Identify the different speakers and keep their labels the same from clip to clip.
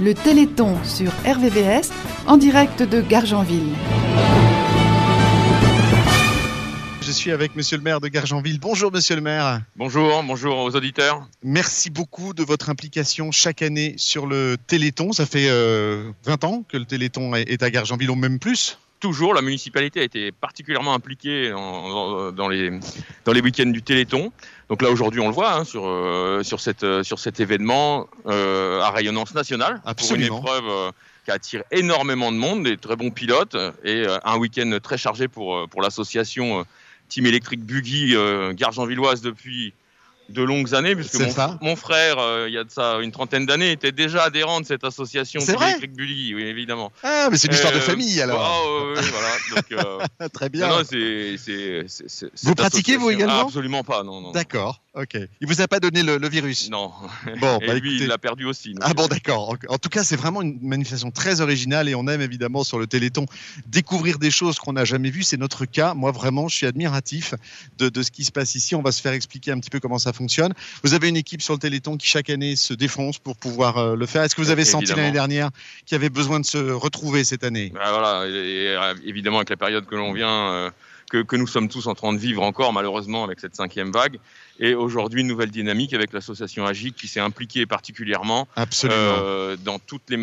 Speaker 1: le Téléthon sur RVVS en direct de Gargenville.
Speaker 2: Je suis avec Monsieur le maire de Gargenville. Bonjour Monsieur le maire.
Speaker 3: Bonjour, bonjour aux auditeurs.
Speaker 2: Merci beaucoup de votre implication chaque année sur le Téléthon. Ça fait euh, 20 ans que le Téléthon est est à Gargenville, ou même plus.
Speaker 3: Toujours, la municipalité a été particulièrement impliquée en- en- dans, les, dans les week-ends du Téléthon. Donc là, aujourd'hui, on le voit hein, sur, euh, sur, cette, euh, sur cet événement euh, à rayonnance nationale. Hein,
Speaker 2: Absolument.
Speaker 3: Pour une épreuve euh, qui attire énormément de monde, des très bons pilotes euh, et euh, un week-end très chargé pour, euh, pour l'association euh, Team Electric Buggy euh, Gargenvilloise depuis de longues années, puisque
Speaker 2: C'est
Speaker 3: mon,
Speaker 2: ça.
Speaker 3: mon frère, euh, il y a de ça une trentaine d'années, était déjà adhérent de cette association
Speaker 2: C'est
Speaker 3: Team
Speaker 2: vrai
Speaker 3: Electric Buggy, oui, évidemment.
Speaker 2: Ah, mais c'est une histoire de
Speaker 3: Euh,
Speaker 2: famille alors.
Speaker 3: Ah, ouais, ouais, voilà. Donc, euh,
Speaker 2: Ah, Très bien.
Speaker 3: non, non, c'est- c'est- c'est- c'est-
Speaker 2: Vous
Speaker 3: cette
Speaker 2: pratiquez, vous,
Speaker 3: association-
Speaker 2: également
Speaker 3: Ah, Absolument pas, non, non. non.
Speaker 2: D'accord. Ok. Il vous a pas donné le, le virus.
Speaker 3: Non.
Speaker 2: Bon,
Speaker 3: Et
Speaker 2: bah,
Speaker 3: lui,
Speaker 2: écoutez.
Speaker 3: il l'a perdu aussi. donc,
Speaker 2: Ah bon, d'accord. En- En tout cas, c'est vraiment une manifestation très originale et on aime évidemment sur le Téléthon découvrir des choses qu'on n'a jamais vues. C'est notre cas. Moi, vraiment, je suis admiratif de, de ce qui se passe ici. On va se faire expliquer un petit peu comment ça fonctionne. Vous avez une équipe sur le Téléthon qui chaque année se défonce pour pouvoir euh, le faire. Est-ce que vous avez senti
Speaker 3: Évidemment.
Speaker 2: l'année dernière qu'il y avait besoin de se retrouver cette année
Speaker 3: Ah, voilà, et, et, euh, évidemment avec la période que l'on vient, euh, que, que nous sommes tous en train de vivre encore malheureusement avec cette cinquième vague, et aujourd'hui une nouvelle dynamique avec l'association AGIC qui s'est impliquée particulièrement
Speaker 2: Absolument.
Speaker 3: euh, dans toutes les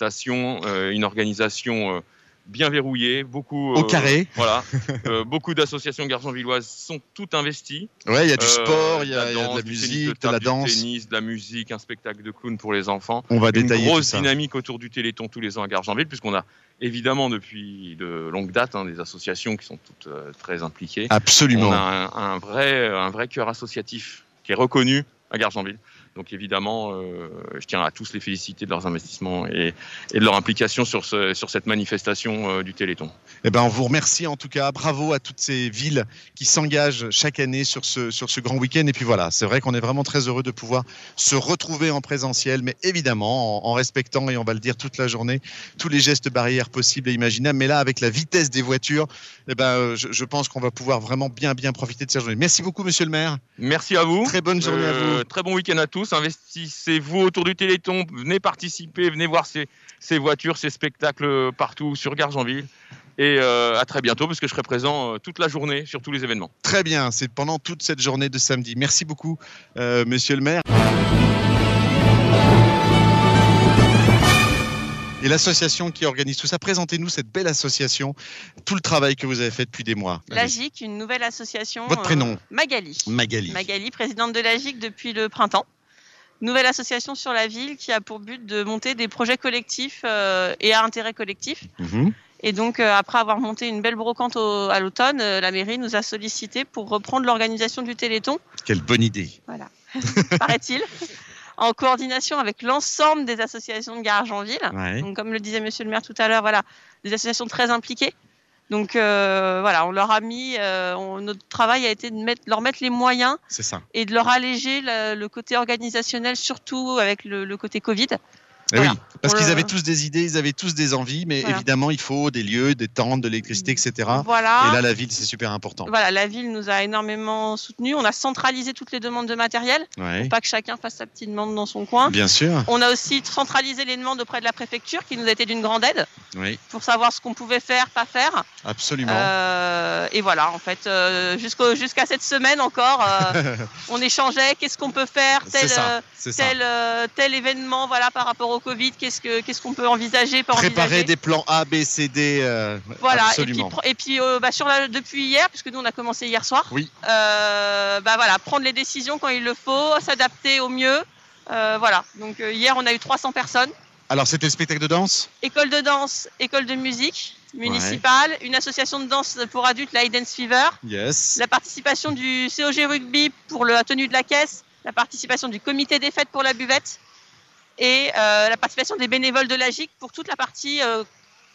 Speaker 3: manifestations, euh, une organisation euh, bien verrouillée, beaucoup...
Speaker 2: Au
Speaker 3: euh,
Speaker 2: carré.
Speaker 3: Voilà, Euh, beaucoup d'associations gargenvilloises sont toutes investies.
Speaker 2: Ouais, il y a du
Speaker 3: Euh,
Speaker 2: sport, il y a, il y a
Speaker 3: danse,
Speaker 2: de la
Speaker 3: du tennis
Speaker 2: musique, de
Speaker 3: table,
Speaker 2: la
Speaker 3: du
Speaker 2: danse.
Speaker 3: tennis, de la musique, un spectacle de clown pour les enfants
Speaker 2: On va
Speaker 3: une
Speaker 2: détailler
Speaker 3: grosse
Speaker 2: tout ça.
Speaker 3: dynamique autour du Téléthon tous les ans à Gargenville, puisqu'on a évidemment depuis de longues dates hein, des associations qui sont toutes euh, très impliquées.
Speaker 2: Absolument.
Speaker 3: On a un, un vrai, un vrai cœur associatif qui est reconnu à Gargenville. Donc évidemment, euh, je tiens à tous les féliciter de leurs investissements et, et de leur implication sur, ce- sur cette manifestation euh, du Téléthon.
Speaker 2: Eh ben, on vous remercie en tout cas. Bravo à toutes ces villes qui s'engagent chaque année sur ce, sur ce grand week-end. Et puis voilà, c'est vrai qu'on est vraiment très heureux de pouvoir se retrouver en présentiel, mais évidemment en, en respectant, et on va le dire toute la journée, tous les gestes barrières possibles et imaginables. Mais là, avec la vitesse des voitures, eh ben, euh, je, je pense qu'on va pouvoir vraiment bien, bien profiter de cette journée. Merci beaucoup, monsieur le maire.
Speaker 3: Merci à vous.
Speaker 2: Très bonne journée à
Speaker 3: Euh,
Speaker 2: vous.
Speaker 3: Très bon week-end à tous. Investissez-vous autour du Téléthon. Venez participer, venez voir ces, ces voitures, ces spectacles partout sur Gargenville. Et euh, à très bientôt, parce que je serai présent euh, toute la journée sur tous les événements.
Speaker 2: Très bien, c'est pendant toute cette journée de samedi. Merci beaucoup, euh, monsieur le maire. Et l'association qui organise tout ça, présentez-nous cette belle association, tout le travail que vous avez fait depuis des mois.
Speaker 4: L'AGIC, une nouvelle association.
Speaker 2: Votre
Speaker 4: euh,
Speaker 2: prénom
Speaker 4: Magali.
Speaker 2: Magali.
Speaker 4: Magali, présidente de l'AGIC depuis le printemps. Nouvelle association sur la ville qui a pour but de monter des projets collectifs euh, et à intérêt collectif.
Speaker 2: Mhm.
Speaker 4: Et donc, euh, après avoir monté une belle brocante au- à l'automne, euh, la mairie nous a sollicité pour reprendre l'organisation du Téléthon,
Speaker 2: Quelle bonne idée.
Speaker 4: paraît-il, en coordination avec l'ensemble des associations de Gargenville.
Speaker 2: Ouais.
Speaker 4: Donc, comme le disait Monsieur le maire tout à l'heure, voilà, des associations très impliquées. Donc euh, voilà, on leur a mis, euh, on- notre travail a été de mettre- leur mettre les moyens
Speaker 2: C'est ça.
Speaker 4: et de leur alléger le, le côté organisationnel, surtout avec le, le côté Covid.
Speaker 2: Eh
Speaker 4: Voilà.
Speaker 2: oui, parce
Speaker 4: Pour
Speaker 2: qu'ils
Speaker 4: le-
Speaker 2: avaient tous des idées, ils avaient tous des envies, mais
Speaker 4: Voilà.
Speaker 2: évidemment, il faut des lieux, des tentes, de l'électricité, etc.
Speaker 4: Voilà.
Speaker 2: Et là, la ville, c'est super important.
Speaker 4: voilà, la ville nous a énormément soutenus. On a centralisé toutes les demandes de matériel,
Speaker 2: Ouais.
Speaker 4: pas que chacun fasse sa petite demande dans son coin.
Speaker 2: Bien sûr.
Speaker 4: On a aussi centralisé les demandes auprès de la préfecture, qui nous a été d'une grande aide
Speaker 2: Oui,
Speaker 4: pour savoir ce qu'on pouvait faire, pas faire.
Speaker 2: absolument.
Speaker 4: Euh, et voilà, en fait, euh, jusqu'au- jusqu'à cette semaine encore, euh, on échangeait, qu'est-ce qu'on peut faire,
Speaker 2: c'est
Speaker 4: tel, euh,
Speaker 2: ça. C'est ça.
Speaker 4: tel, euh, tel événement voilà, par rapport au Covid, qu'est-ce que- qu'est-ce qu'on peut envisager, pas
Speaker 2: préparer
Speaker 4: envisager.
Speaker 2: des plans A, B, C, D. euh,
Speaker 4: Voilà,
Speaker 2: absolument.
Speaker 4: et puis, pr- et puis euh, bah, sur la- depuis hier, puisque nous on a commencé hier soir,
Speaker 2: Oui.
Speaker 4: euh, bah, voilà, prendre les décisions quand il le faut, s'adapter au mieux. euh, voilà, donc euh, hier on a eu 300 personnes.
Speaker 2: Alors, c'était le spectacle de danse
Speaker 4: École de danse, école de musique municipale, une association de danse pour adultes, la Dance Fever.
Speaker 2: Yes.
Speaker 4: la participation du COG Rugby pour le- la tenue de la caisse, la participation du comité des fêtes pour la buvette et euh, la participation des bénévoles de l'AGIC pour toute la partie euh,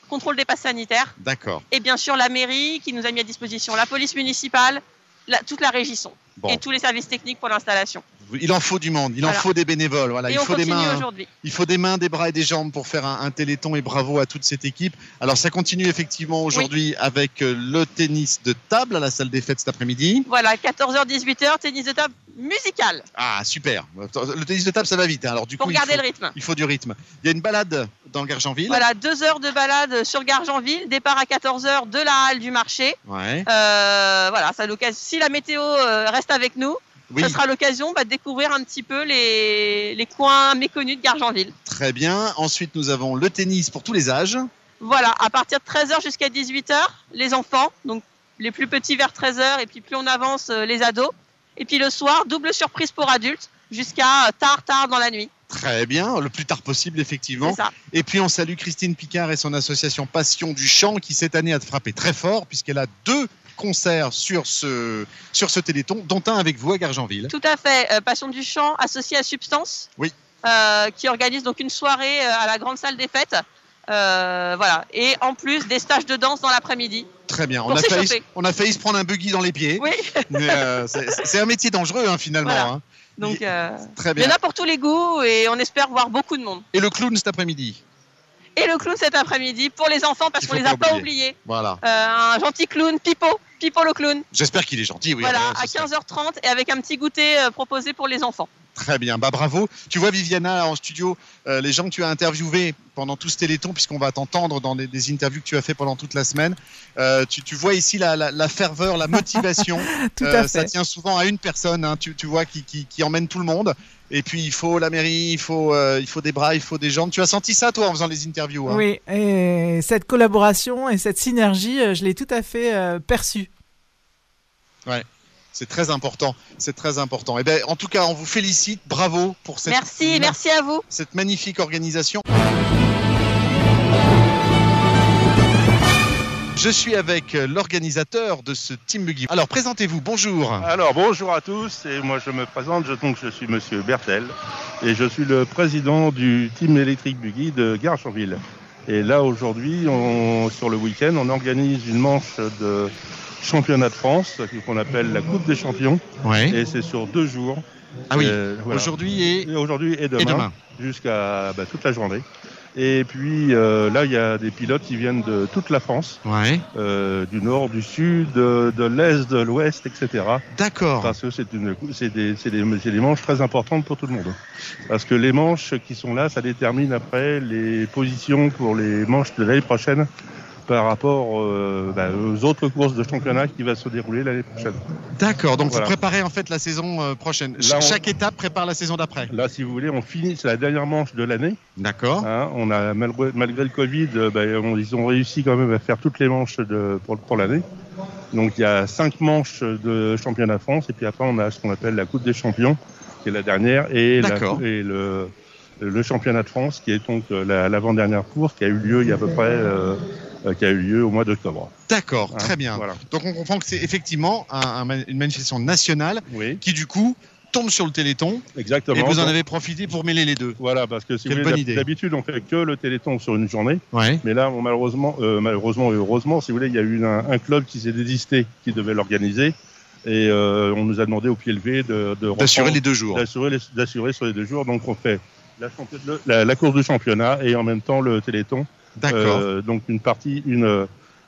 Speaker 4: contrôle des passes sanitaires.
Speaker 2: D'accord.
Speaker 4: Et bien sûr la mairie qui nous a mis à disposition la police municipale, la- toute la régie son
Speaker 2: Bon.
Speaker 4: et tous les services techniques pour l'installation.
Speaker 2: Il en faut du monde, il
Speaker 4: Voilà.
Speaker 2: en faut des bénévoles, voilà,
Speaker 4: Et
Speaker 2: il
Speaker 4: on
Speaker 2: faut des
Speaker 4: continue
Speaker 2: mains, hein.
Speaker 4: aujourd'hui.
Speaker 2: il faut des mains, des bras et des jambes pour faire un, un téléthon et bravo à toute cette équipe. Alors ça continue effectivement aujourd'hui avec euh, le tennis de table à la salle des fêtes cet après-midi.
Speaker 4: Voilà, 14h-18h, tennis de table musical
Speaker 2: Ah super, le tennis de table ça va vite. hein. Alors du
Speaker 4: pour
Speaker 2: coup, il
Speaker 4: garder
Speaker 2: faut,
Speaker 4: le rythme.
Speaker 2: il faut du rythme. Il y a une balade dans Gargenville.
Speaker 4: Voilà, deux heures de balade sur Gargenville, départ à 14h de la halle du marché.
Speaker 2: Ouais.
Speaker 4: Euh, voilà, ça l'occasion. Si la météo euh, reste avec nous,
Speaker 2: Oui.
Speaker 4: ça sera l'occasion bah, de découvrir un petit peu les, les coins méconnus de Gargenville.
Speaker 2: Très bien. Ensuite, nous avons le tennis pour tous les âges.
Speaker 4: Voilà, à partir de 13h jusqu'à 18h, les enfants, donc les plus petits vers 13h, et puis plus on avance, euh, les ados. Et puis le soir, double surprise pour adultes, jusqu'à euh, tard, tard dans la nuit.
Speaker 2: Très bien, le plus tard possible,
Speaker 4: C'est
Speaker 2: effectivement.
Speaker 4: ça.
Speaker 2: Et puis, on salue Christine Picard et son association Passion du Chant, qui cette année a frappé très fort, puisqu'elle a deux concerts sur ce, sur ce téléthon, dont un avec vous à Gargenville.
Speaker 4: Tout à fait. Euh, Passion du chant associé à Substance.
Speaker 2: Oui.
Speaker 4: euh, qui organise donc une soirée euh, à la grande salle des fêtes. Euh, voilà. Et en plus, des stages de danse dans l'après-midi.
Speaker 2: Très bien. On
Speaker 4: Pour
Speaker 2: a, failli,
Speaker 4: s'échauffer.
Speaker 2: on a failli se prendre un buggy dans les pieds.
Speaker 4: Oui.
Speaker 2: Mais, euh, c'est c'est un métier dangereux, hein, finalement.
Speaker 4: Voilà.
Speaker 2: hein.
Speaker 4: Donc, euh,
Speaker 2: Très
Speaker 4: il y
Speaker 2: bien.
Speaker 4: en a pour tous les goûts et on espère voir beaucoup de monde.
Speaker 2: Et le clown cet après-midi.
Speaker 4: Et le clown cet après-midi pour les enfants parce
Speaker 2: Il
Speaker 4: qu'on
Speaker 2: faut
Speaker 4: les a
Speaker 2: pas
Speaker 4: pas
Speaker 2: oublier.
Speaker 4: oubliés.
Speaker 2: Voilà.
Speaker 4: Euh, un gentil clown, Pipo, Pipo le clown.
Speaker 2: J'espère qu'il est gentil. Oui,
Speaker 4: voilà,
Speaker 2: Ouais,
Speaker 4: à
Speaker 2: ce serait-
Speaker 4: 15h30 et avec un petit goûter euh, proposé pour les enfants.
Speaker 2: Très bien, bah bravo. Tu vois Viviana en studio, euh, les gens que tu as interviewés pendant tout ce téléthon, puisqu'on va t'entendre dans les, des interviews que tu as fait pendant toute la semaine, euh, tu, tu vois ici la, la- la ferveur, la motivation.
Speaker 5: Tout
Speaker 2: Euh,
Speaker 5: à
Speaker 2: ça
Speaker 5: fait.
Speaker 2: tient souvent à une personne, hein, tu, tu vois, qui, qui, qui emmène tout le monde. Et puis il faut la mairie, il faut, euh, il faut des bras, il faut des jambes. Tu as senti ça toi en faisant les interviews hein
Speaker 5: Oui, et cette collaboration et cette synergie, euh, je l'ai tout à fait euh, perçue.
Speaker 2: C'est très important, c'est très important. Et ben, en tout cas, on vous félicite, bravo pour cette,
Speaker 4: Merci, merci à vous.
Speaker 2: cette magnifique organisation. Je suis avec euh, l'organisateur de ce Team Buggy. Alors présentez-vous, bonjour.
Speaker 6: Alors bonjour à tous et moi je me présente, je, donc je suis Monsieur Bertel et je suis le président du team électrique Buggy de Garchanville. Et là aujourd'hui, on- sur le week-end, on organise une manche de championnat de France qu'on appelle la Coupe des Champions
Speaker 2: Ouais.
Speaker 6: et c'est sur deux jours.
Speaker 2: Ah oui,
Speaker 6: Euh, voilà.
Speaker 2: aujourd'hui et,
Speaker 6: Et aujourd'hui et demain,
Speaker 2: et demain.
Speaker 6: jusqu'à bah, toute la journée. Et puis euh, là, il y a des pilotes qui viennent de toute la France,
Speaker 2: Ouais.
Speaker 6: euh, du nord, du sud, de, de l'est, de l'ouest, etc.
Speaker 2: D'accord.
Speaker 6: Parce que c'est une- c'est des, c'est des- c'est des manches très importantes pour tout le monde. Parce que les manches qui sont là, ça détermine après les positions pour les manches de l'année prochaine par rapport euh, bah, aux autres courses de championnat qui va se dérouler l'année prochaine.
Speaker 2: D'accord. Donc
Speaker 6: Voilà.
Speaker 2: vous préparez en fait la saison euh, prochaine. Ch-
Speaker 6: Là, on-
Speaker 2: Chaque étape prépare la saison d'après.
Speaker 6: Là, si vous voulez, on finit, c'est la dernière manche de l'année.
Speaker 2: D'accord.
Speaker 6: hein. on a malgré, malgré le Covid, euh, bah, on- ils ont réussi quand même à faire toutes les manches de, pour, pour l'année. Donc il y a cinq manches de championnat de France et puis après on a ce qu'on appelle la Coupe des Champions qui est la dernière et, la-
Speaker 2: D'accord.
Speaker 6: et le, le championnat de France qui est donc euh, la- l'avant-dernière course qui a eu lieu il y a à peu près euh, euh, qui a eu lieu au mois d'octobre.
Speaker 2: D'accord.
Speaker 6: hein.
Speaker 2: Très bien.
Speaker 6: Voilà.
Speaker 2: Donc on comprend que c'est effectivement un- un ma- une manifestation nationale
Speaker 6: Oui,
Speaker 2: qui du coup tombe sur le Téléthon
Speaker 6: exactement.
Speaker 2: et vous en
Speaker 6: Donc,
Speaker 2: avez profité pour mêler les deux.
Speaker 6: Voilà, parce que si vous
Speaker 2: Quelle
Speaker 6: voulez,
Speaker 2: bonne idée.
Speaker 6: d'habitude on fait que le Téléthon sur une journée.
Speaker 2: Ouais.
Speaker 6: Mais là, on- malheureusement, euh, malheureusement et heureusement, si vous voulez, il y a eu un, un club qui s'est désisté, qui devait l'organiser. Et euh, on nous a demandé au pied levé de, de
Speaker 2: D'assurer
Speaker 6: reprendre-
Speaker 2: les deux jours.
Speaker 6: d'assurer les- d'assurer sur les deux jours. Donc on fait la, champi- le- la- la course de championnat et en même temps le Téléthon.
Speaker 2: D'accord.
Speaker 6: Euh, donc une partie, une euh,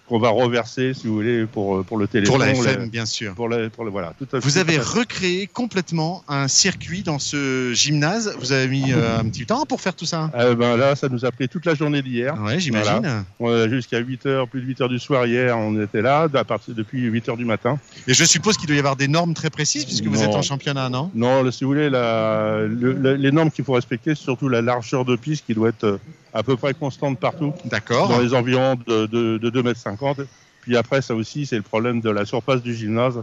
Speaker 6: qu'on va reverser, si vous voulez, pour euh, pour le Téléthon.
Speaker 2: pour la
Speaker 6: le-
Speaker 2: FM, bien sûr.
Speaker 6: pour le- pour le- voilà. Tout à
Speaker 2: Vous
Speaker 6: tout à
Speaker 2: avez
Speaker 6: fait.
Speaker 2: recréé complètement un circuit dans ce gymnase. Vous avez mis euh, un petit temps pour faire tout ça.
Speaker 6: Ah, ben là, ça nous a pris toute la journée d'hier.
Speaker 2: Ouais, j'imagine.
Speaker 6: On a Jusqu'à 8h, plus de 8h du soir hier, on était là, à partir, depuis 8h du matin.
Speaker 2: Et je suppose qu'il doit y avoir des normes très précises puisque vous êtes
Speaker 6: Non.
Speaker 2: en championnat, non
Speaker 6: Non, le- si vous voulez, la, le- le- les normes qu'il faut respecter, c'est surtout la largeur de piste qui doit être euh, à peu près constante partout,
Speaker 2: D'accord.
Speaker 6: dans les environs de, de, de 2,50 m. Puis après, ça aussi, c'est le problème de la surface du gymnase,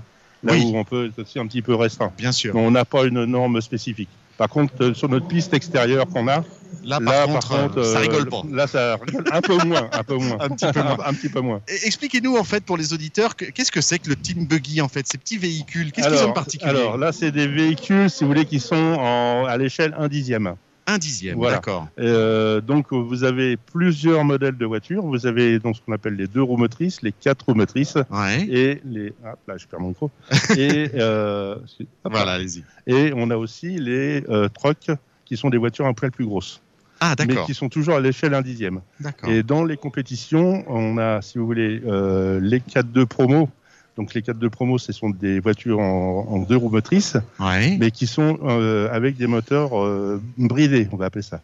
Speaker 6: là
Speaker 2: Oui.
Speaker 6: où on peut être aussi un petit peu restreint.
Speaker 2: Bien sûr.
Speaker 6: On n'a pas une norme spécifique. Par contre, euh, sur notre piste extérieure qu'on a,
Speaker 2: Là, par
Speaker 6: là,
Speaker 2: contre,
Speaker 6: par contre
Speaker 2: euh, ça
Speaker 6: euh,
Speaker 2: rigole pas.
Speaker 6: Là, ça rigole un peu moins, un peu moins.
Speaker 2: Un petit peu moins.
Speaker 6: un petit peu moins.
Speaker 2: Et Expliquez-nous en fait pour les auditeurs que- qu'est-ce que c'est que le team buggy en fait, ces petits véhicules. Qu'est-ce qu'ils
Speaker 6: Alors-
Speaker 2: ont de particulier
Speaker 6: Alors là, c'est des véhicules, si vous voulez, qui sont en- à l'échelle 1 dixième.
Speaker 2: Un dixième,
Speaker 6: Voilà.
Speaker 2: d'accord.
Speaker 6: Euh, donc vous avez plusieurs modèles de voitures. Vous avez donc ce qu'on appelle les deux roues motrices, les quatre roues motrices
Speaker 2: Ouais.
Speaker 6: et les. Ah là, je perds mon micro. et, euh, c'est- hop là.
Speaker 2: Voilà, allez-y.
Speaker 6: et on a aussi les euh, trocs qui sont des voitures un poil plus grosses,
Speaker 2: Ah,
Speaker 6: mais
Speaker 2: d'accord.
Speaker 6: qui sont toujours à l'échelle un dixième.
Speaker 2: D'accord.
Speaker 6: Et dans les compétitions, on a, si vous voulez, euh, les 4-2 promo. Donc les 4-2 promo, ce sont des voitures en, en deux roues motrices,
Speaker 2: Ouais.
Speaker 6: mais qui sont euh, avec des moteurs euh, bridés, on va appeler ça.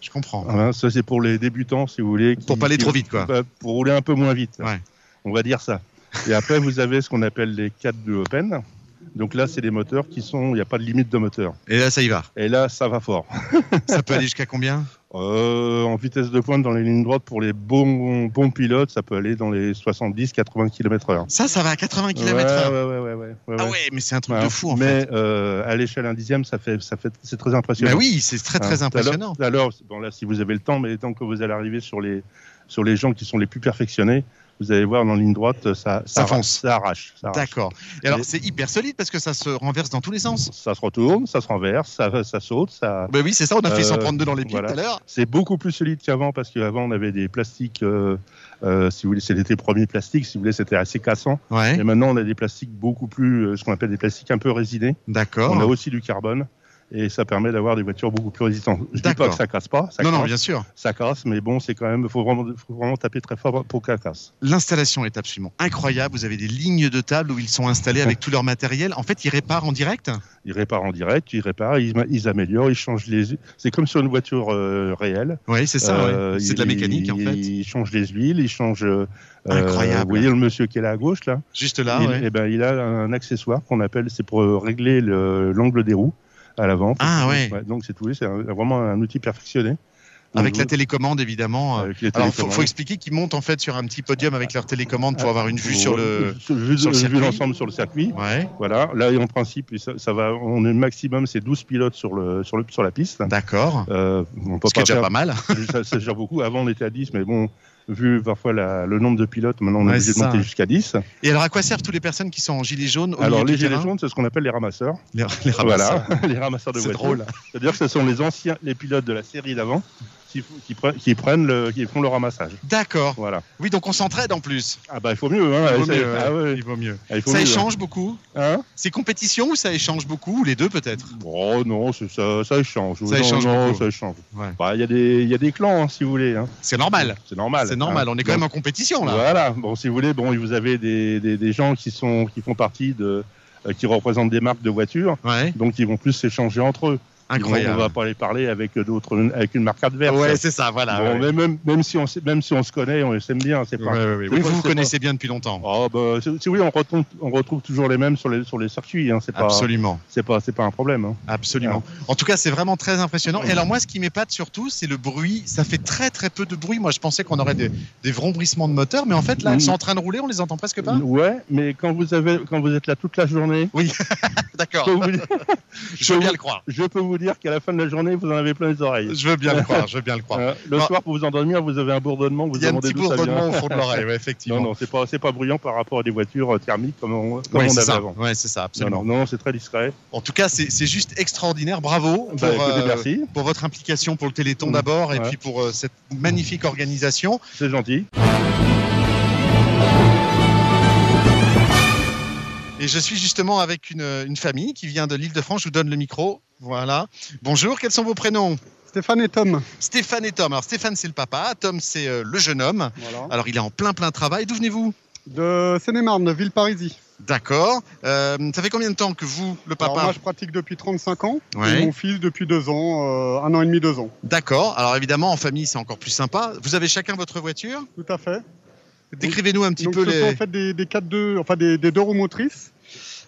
Speaker 2: Je comprends.
Speaker 6: Hein, ça, c'est pour les débutants, si vous voulez. qui-
Speaker 2: Pour pas aller
Speaker 6: qui-
Speaker 2: trop vite, quoi.
Speaker 6: bah, Pour rouler un peu moins vite.
Speaker 2: Ouais.
Speaker 6: On va dire ça. Et après, vous avez ce qu'on appelle les 4-2 open. Donc là, c'est des moteurs qui sont. Il n'y a pas de limite de moteur.
Speaker 2: Et là, ça y va.
Speaker 6: Et là, ça va fort.
Speaker 2: Ça peut aller jusqu'à combien
Speaker 6: Euh, en vitesse de pointe dans les lignes droites, pour les bons, bons pilotes, ça peut aller dans les 70-80 km/h.
Speaker 2: Ça, ça va à 80 km/h.
Speaker 6: Ouais, ouais, ouais, ouais, ouais, ouais.
Speaker 2: Ah ouais, mais c'est un truc
Speaker 6: Ouais.
Speaker 2: de fou en fait.
Speaker 6: Mais euh, à l'échelle un dixième, ça fait, ça fait, c'est très impressionnant.
Speaker 2: Bah oui, c'est très très
Speaker 6: Hein.
Speaker 2: impressionnant.
Speaker 6: Alors, alors, bon là, si vous avez le temps, mais tant que vous allez arriver sur les, sur les gens qui sont les plus perfectionnés, vous allez voir dans la ligne droite, ça,
Speaker 2: Ça
Speaker 6: arrache-
Speaker 2: fonce.
Speaker 6: ça arrache. Ça, arrache.
Speaker 2: D'accord. Et alors, c'est hyper solide parce que ça se renverse dans tous les sens.
Speaker 6: Ça se retourne, ça se renverse, ça, ça saute, ça.
Speaker 2: Bah oui, c'est ça, on a fait
Speaker 6: Euh,
Speaker 2: 132 dans les pieds
Speaker 6: voilà.
Speaker 2: tout à l'heure.
Speaker 6: C'est beaucoup plus solide qu'avant parce qu'avant on avait des plastiques, euh, euh, si vous voulez, c'était les premiers plastiques, si vous voulez, c'était assez cassant.
Speaker 2: Ouais,
Speaker 6: Et maintenant on a des plastiques beaucoup plus, euh, ce qu'on appelle des plastiques un peu résinés.
Speaker 2: d'accord.
Speaker 6: On a aussi du carbone et ça permet d'avoir des voitures beaucoup plus résistantes. Je dis
Speaker 2: D'accord.
Speaker 6: pas que ça casse pas, ça
Speaker 2: Non, non,
Speaker 6: casse,
Speaker 2: bien sûr.
Speaker 6: ça casse, mais bon, c'est quand même, faut vraiment, faut vraiment taper très fort pour que ça casse.
Speaker 2: L'installation est absolument incroyable. Vous avez des lignes de table où ils sont installés avec tout leur matériel. En fait, ils réparent en direct.
Speaker 6: Ils réparent en direct, ils réparent, ils, ma- ils améliorent, ils changent les. C'est comme sur une voiture euh, réelle.
Speaker 2: Oui, c'est ça.
Speaker 6: Euh,
Speaker 2: ouais. C'est de la
Speaker 6: ils-
Speaker 2: mécanique en fait.
Speaker 6: Ils changent les huiles, ils changent. euh,
Speaker 2: Incroyable.
Speaker 6: vous voyez le monsieur qui est là à gauche là.
Speaker 2: Juste là,
Speaker 6: il,
Speaker 2: ouais.
Speaker 6: eh ben, il a un accessoire qu'on appelle, c'est pour euh, régler le- l'angle des roues à l'avant.
Speaker 2: Ah ouais.
Speaker 6: Ouais, donc c'est tout, oui, c'est un- vraiment un outil perfectionné. Donc,
Speaker 2: Avec
Speaker 6: vous-
Speaker 2: la télécommande évidemment.
Speaker 6: avec les
Speaker 2: Alors, faut,
Speaker 6: télécommandes.
Speaker 2: faut expliquer qu'ils montent en fait sur un petit podium avec leur télécommande
Speaker 6: Ah.
Speaker 2: pour avoir une vue
Speaker 6: Vous-
Speaker 2: sur le.
Speaker 6: vu-
Speaker 2: sur le
Speaker 6: vu
Speaker 2: circuit.
Speaker 6: l'ensemble sur le circuit.
Speaker 2: Ouais,
Speaker 6: Voilà. Là, en principe, ça, ça va. On est maximum, c'est 12 pilotes sur le sur le sur la piste.
Speaker 2: d'accord.
Speaker 6: Euh, on peut
Speaker 2: Ce qui est déjà
Speaker 6: faire-
Speaker 2: pas mal.
Speaker 6: ça, ça gère beaucoup. Avant, on était à 10, mais bon, vu parfois la- le nombre de pilotes, maintenant on est
Speaker 2: Ouais,
Speaker 6: obligé
Speaker 2: c'est
Speaker 6: de
Speaker 2: ça.
Speaker 6: monter jusqu'à 10.
Speaker 2: Et alors, à quoi servent toutes les personnes qui sont en gilet jaune au
Speaker 6: Alors,
Speaker 2: milieu
Speaker 6: les
Speaker 2: du
Speaker 6: gilets
Speaker 2: terrain
Speaker 6: jaunes, c'est ce qu'on appelle les ramasseurs.
Speaker 2: Les, les ramasseurs.
Speaker 6: Voilà, les ramasseurs de
Speaker 2: C'est
Speaker 6: voitures.
Speaker 2: drôle.
Speaker 6: C'est-à-dire que ce sont les anciens, les pilotes de la série d'avant qui, f- qui, pre- qui prennent le, qui font le ramassage.
Speaker 2: D'accord.
Speaker 6: Voilà.
Speaker 2: Oui, donc on s'entraide en plus.
Speaker 6: Ah bah il faut mieux, hein.
Speaker 2: Il vaut
Speaker 6: Ah,
Speaker 2: mieux,
Speaker 6: ah ouais,
Speaker 2: Il vaut mieux.
Speaker 6: ah, il faut
Speaker 2: Ça
Speaker 6: mieux,
Speaker 2: échange beaucoup
Speaker 6: hein. Hein
Speaker 2: C'est compétition ou ça échange beaucoup Ou les deux peut-être
Speaker 6: Oh non, c'est- ça, ça échange.
Speaker 2: Ça
Speaker 6: Non,
Speaker 2: échange
Speaker 6: non,
Speaker 2: beaucoup.
Speaker 6: ça échange.
Speaker 2: Ouais.
Speaker 6: Bah, il y a des, il y a des clans, hein, si vous voulez. hein.
Speaker 2: C'est normal.
Speaker 6: C'est normal.
Speaker 2: C'est normal.
Speaker 6: hein.
Speaker 2: On est quand même en compétition là.
Speaker 6: Voilà. Bon, si vous voulez, bon, vous avez des, des, des gens qui sont, qui font partie de, euh, qui représentent des marques de voitures,
Speaker 2: Ouais.
Speaker 6: donc ils vont plus s'échanger entre eux. Ils vont- On
Speaker 2: Incroyable.
Speaker 6: va pas les parler avec d'autres, avec une marque adverse.
Speaker 2: Ouais, c'est ça. Voilà.
Speaker 6: Bon,
Speaker 2: ouais.
Speaker 6: mais même, même si on, s- même si on se connaît, on s'aime bien. C'est
Speaker 2: Ouais,
Speaker 6: pas.
Speaker 2: ouais, ouais. Oui,
Speaker 6: c'est pas-
Speaker 2: vous vous
Speaker 6: c'est
Speaker 2: connaissez bien depuis longtemps.
Speaker 6: Oh, bah, si si oui, on retrouve, on retrouve toujours les mêmes sur les, sur les circuits. Hein. C'est pas,
Speaker 2: Absolument,
Speaker 6: c'est pas, c'est pas un problème. Hein.
Speaker 2: absolument. En tout cas, c'est vraiment très impressionnant. Et alors moi, ce qui m'épate surtout, c'est le bruit. Ça fait très très peu de bruit. Moi, je pensais qu'on aurait des, des vrombrissements de moteur, mais en fait, là,
Speaker 6: Oui.
Speaker 2: ils sont en train de rouler, on les entend presque pas.
Speaker 6: Ouais, mais quand vous avez, quand vous êtes là toute la journée, je
Speaker 2: D'accord.
Speaker 6: peux vous dire,
Speaker 2: Je veux bien le croire.
Speaker 6: je peux vous dire qu'à la fin de la journée, vous en avez plein les oreilles.
Speaker 2: Je veux bien le croire. Je veux bien le croire.
Speaker 6: Euh, le
Speaker 2: Non.
Speaker 6: soir, pour vous endormir, vous avez un bourdonnement. Vous
Speaker 2: Il y a un
Speaker 6: demandez
Speaker 2: petit
Speaker 6: d'où ça
Speaker 2: bourdonnement au
Speaker 6: vient.
Speaker 2: fond de l'oreille, ouais, effectivement.
Speaker 6: Non, non, c'est pas, c'est pas bruyant par rapport à des voitures euh, thermiques comme on, comme
Speaker 2: Ouais,
Speaker 6: on
Speaker 2: c'est
Speaker 6: avait
Speaker 2: ça.
Speaker 6: avant.
Speaker 2: Ouais, c'est ça,
Speaker 6: Non,
Speaker 2: absolument.
Speaker 6: non, non, c'est très discret.
Speaker 2: En tout cas, c'est c'est juste extraordinaire. Bravo pour,
Speaker 6: Bah, écoutez,
Speaker 2: euh,
Speaker 6: merci,
Speaker 2: pour votre implication pour le Téléthon
Speaker 6: Mmh.
Speaker 2: d'abord et
Speaker 6: Ouais.
Speaker 2: puis pour euh, cette magnifique organisation.
Speaker 6: c'est gentil.
Speaker 2: Et je suis justement avec une, une famille qui vient de l'Île-de-France. Je vous donne le micro. Voilà. Bonjour. Quels sont vos prénoms
Speaker 7: Stéphane et Tom.
Speaker 2: Stéphane et Tom. Alors Stéphane, c'est le papa. Tom, c'est euh, le jeune homme.
Speaker 7: Voilà.
Speaker 2: Alors il est en plein plein travail. D'où venez-vous
Speaker 7: De Seine-et-Marne, de Villeparisis.
Speaker 2: D'accord. Euh, ça fait combien de temps que vous, le
Speaker 7: Alors moi,
Speaker 2: papa
Speaker 7: je pratique depuis 35 ans.
Speaker 2: Ouais.
Speaker 7: Et mon fils depuis deux ans, euh, un an et demi, deux ans.
Speaker 2: D'accord. Alors évidemment, en famille, c'est encore plus sympa. Vous avez chacun votre voiture.
Speaker 7: Tout à fait.
Speaker 2: Décrivez-nous un petit
Speaker 7: Donc,
Speaker 2: peu
Speaker 7: ce sont en
Speaker 2: les.
Speaker 7: fait des, des 4-2, enfin des, des deux roues motrices.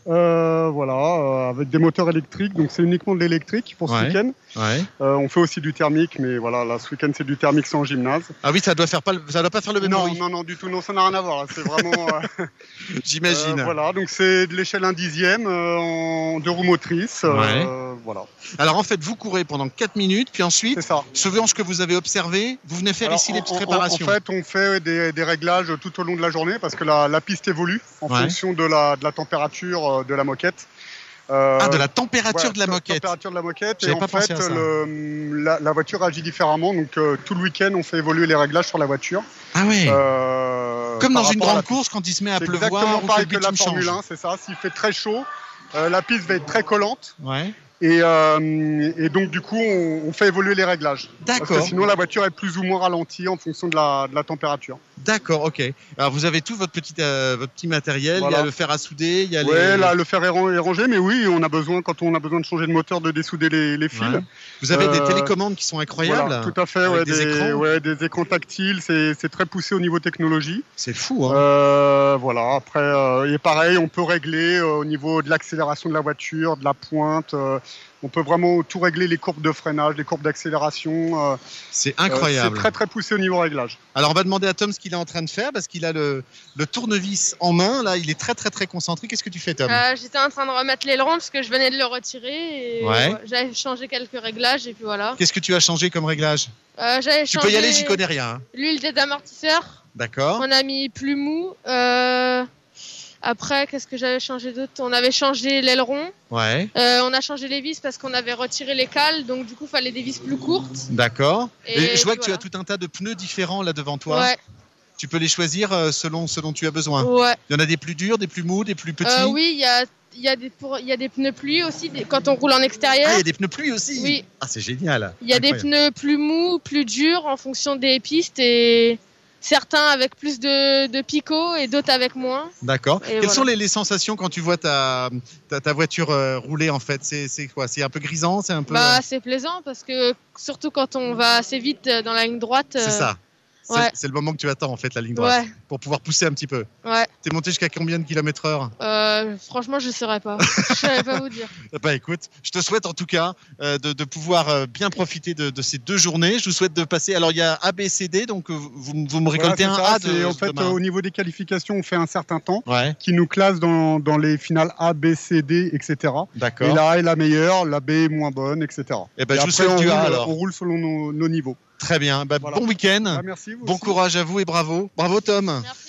Speaker 7: Euh, voilà, euh, avec des moteurs électriques. Donc, c'est uniquement de l'électrique pour ce
Speaker 2: Ouais.
Speaker 7: week-end.
Speaker 2: Ouais.
Speaker 7: Euh, on fait aussi du thermique, mais voilà, là, ce week-end, c'est du thermique sans gymnase.
Speaker 2: Ah oui, ça doit faire pas, le- ça doit pas faire le même
Speaker 7: non,
Speaker 2: bruit,
Speaker 7: non, non, du tout. Non, ça n'a rien à voir. là, C'est vraiment. euh,
Speaker 2: j'imagine.
Speaker 7: euh, voilà, donc c'est de l'échelle 1 dixième euh, en deux roues motrices. euh,
Speaker 2: Ouais.
Speaker 7: Voilà,
Speaker 2: Alors en fait, vous courez pendant 4 minutes, puis ensuite,
Speaker 7: c'est ça.
Speaker 2: selon ce que vous avez observé, vous venez faire
Speaker 7: Alors,
Speaker 2: ici
Speaker 7: en-
Speaker 2: les petites
Speaker 7: en- en-
Speaker 2: réparations.
Speaker 7: En, fait, euh, on fait des, des réglages tout au long de la journée parce que la, la piste évolue en
Speaker 2: Ouais.
Speaker 7: fonction de la, de la température euh, de la moquette. Euh,
Speaker 2: Ah, de la température
Speaker 7: voilà,
Speaker 2: de la moquette.
Speaker 7: température de la moquette.
Speaker 2: J'avais
Speaker 7: et
Speaker 2: pas
Speaker 7: en
Speaker 2: pensé
Speaker 7: fait,
Speaker 2: à ça.
Speaker 7: le- la, la voiture agit différemment. Donc, euh, tout le week-end, on fait évoluer les réglages sur la voiture.
Speaker 2: Ah ouais.
Speaker 7: Euh,
Speaker 2: Comme
Speaker 7: par
Speaker 2: dans une
Speaker 7: rapport à la
Speaker 2: grande course, quand il se met à
Speaker 7: C'est exactement
Speaker 2: pleuvoir ou que le
Speaker 7: pareil que la
Speaker 2: bitume
Speaker 7: Formule
Speaker 2: change.
Speaker 7: 1, c'est ça. S'il fait très chaud, euh, la piste va être très collante.
Speaker 2: Ouais.
Speaker 7: Et, euh, et donc, du coup, on, on fait évoluer les réglages. Parce que
Speaker 2: D'accord,
Speaker 7: sinon, la voiture est plus ou moins ralentie en fonction de la, de la température.
Speaker 2: d'accord, ok. Alors vous avez tout votre petit, euh, votre petit matériel, il y
Speaker 7: Voilà.
Speaker 2: a le fer à souder, il y a
Speaker 7: Oui,
Speaker 2: les...
Speaker 7: là, le fer est ran- est rangé, mais oui, on a besoin, quand on a besoin de changer de moteur, de dessouder les, les fils.
Speaker 2: Ouais. Vous avez des
Speaker 7: Euh,
Speaker 2: télécommandes qui sont incroyables.
Speaker 7: Voilà, tout à fait,
Speaker 2: Avec
Speaker 7: ouais,
Speaker 2: des
Speaker 7: des,
Speaker 2: écrans.
Speaker 7: ouais, des écrans tactiles, c'est c'est très poussé au niveau technologie.
Speaker 2: C'est fou, hein.
Speaker 7: Euh, voilà, après, euh, et pareil, on peut régler euh, au niveau de l'accélération de la voiture, de la pointe. euh, on peut vraiment tout régler, les courbes de freinage, les courbes d'accélération. euh,
Speaker 2: c'est
Speaker 7: euh,
Speaker 2: incroyable.
Speaker 7: c'est très très poussé au niveau réglage.
Speaker 2: Alors on va demander à Tom ce qu'il est en train de faire parce qu'il a le, le tournevis en main. Là, il est très très très concentré. Qu'est-ce que tu fais, Tom
Speaker 8: Euh, J'étais en train de remettre l'aileron parce que je venais de le retirer. et
Speaker 2: Ouais.
Speaker 8: ouais, J'avais changé quelques réglages et puis voilà.
Speaker 2: Qu'est-ce que tu as changé comme réglage
Speaker 8: Euh, J'avais
Speaker 2: Tu
Speaker 8: changé
Speaker 2: peux y aller, j'y connais Hein rien. hein.
Speaker 8: l'huile des amortisseurs.
Speaker 2: D'accord.
Speaker 8: On a mis plus mou. Euh, Après, qu'est-ce que j'avais changé d'autre On avait changé l'aileron.
Speaker 2: Ouais.
Speaker 8: Euh, on a changé les vis parce qu'on avait retiré les cales, donc du coup, fallait des vis plus courtes.
Speaker 2: D'accord. Et, je vois
Speaker 8: puis
Speaker 2: que tu as
Speaker 8: voilà.
Speaker 2: tout un tas de pneus différents là devant toi. Hein.
Speaker 8: Ouais,
Speaker 2: Tu peux les choisir euh, selon ce dont tu as besoin.
Speaker 8: ouais.
Speaker 2: Il y en a des plus durs, des plus mous, des plus petits.
Speaker 8: Euh, oui, il y a, il y, a des pour- il y a des pneus pluie aussi des- quand on roule en extérieur.
Speaker 2: Ah, il y a des pneus pluie aussi.
Speaker 8: Oui.
Speaker 2: Ah, c'est génial.
Speaker 8: Il y a des
Speaker 2: Incroyable.
Speaker 8: pneus plus mous, plus durs en fonction des pistes et certains avec plus de, de picots et d'autres avec moins.
Speaker 2: D'accord.
Speaker 8: Et
Speaker 2: Quelles
Speaker 8: voilà.
Speaker 2: sont les, les sensations quand tu vois ta, ta, ta voiture euh, rouler en fait C'est c'est quoi C'est un peu grisant C'est un peu.
Speaker 8: Bah, c'est plaisant parce que surtout quand on va assez vite euh, dans la ligne droite.
Speaker 2: c'est
Speaker 8: euh,
Speaker 2: ça. C'est
Speaker 8: ouais.
Speaker 2: c'est le moment que tu attends en fait la ligne droite
Speaker 8: Ouais,
Speaker 2: pour pouvoir pousser un petit peu.
Speaker 8: ouais.
Speaker 2: T'es monté jusqu'à combien de kilomètres heure
Speaker 8: Euh, franchement, je saurais pas. Je saurais pas vous dire.
Speaker 2: Bah écoute, je te souhaite en tout cas euh, de, de pouvoir euh, bien profiter de, de ces deux journées. Je vous souhaite de passer. Alors il y a ABCD, donc euh, vous, vous me récoltez
Speaker 7: Voilà,
Speaker 2: un A
Speaker 7: c'est ça,
Speaker 2: de.
Speaker 7: c'est- en fait,
Speaker 2: demain.
Speaker 7: euh, au niveau des qualifications, on fait un certain temps
Speaker 2: Ouais,
Speaker 7: qui nous classe dans, dans les finales A, B, C, D, etc. Et
Speaker 2: d'accord.
Speaker 7: la A est la meilleure, la B est moins bonne, etc.
Speaker 2: Eh ben,
Speaker 7: Et
Speaker 2: je vous
Speaker 7: après,
Speaker 2: souhaite
Speaker 7: on,
Speaker 2: du
Speaker 7: roule,
Speaker 2: A alors.
Speaker 7: on roule selon nos, nos niveaux.
Speaker 2: Très bien. Bah,
Speaker 7: Voilà.
Speaker 2: Bon week-end.
Speaker 7: Ah, merci. vous
Speaker 2: Bon
Speaker 7: aussi.
Speaker 2: courage à vous et bravo. Bravo Tom.
Speaker 8: Merci.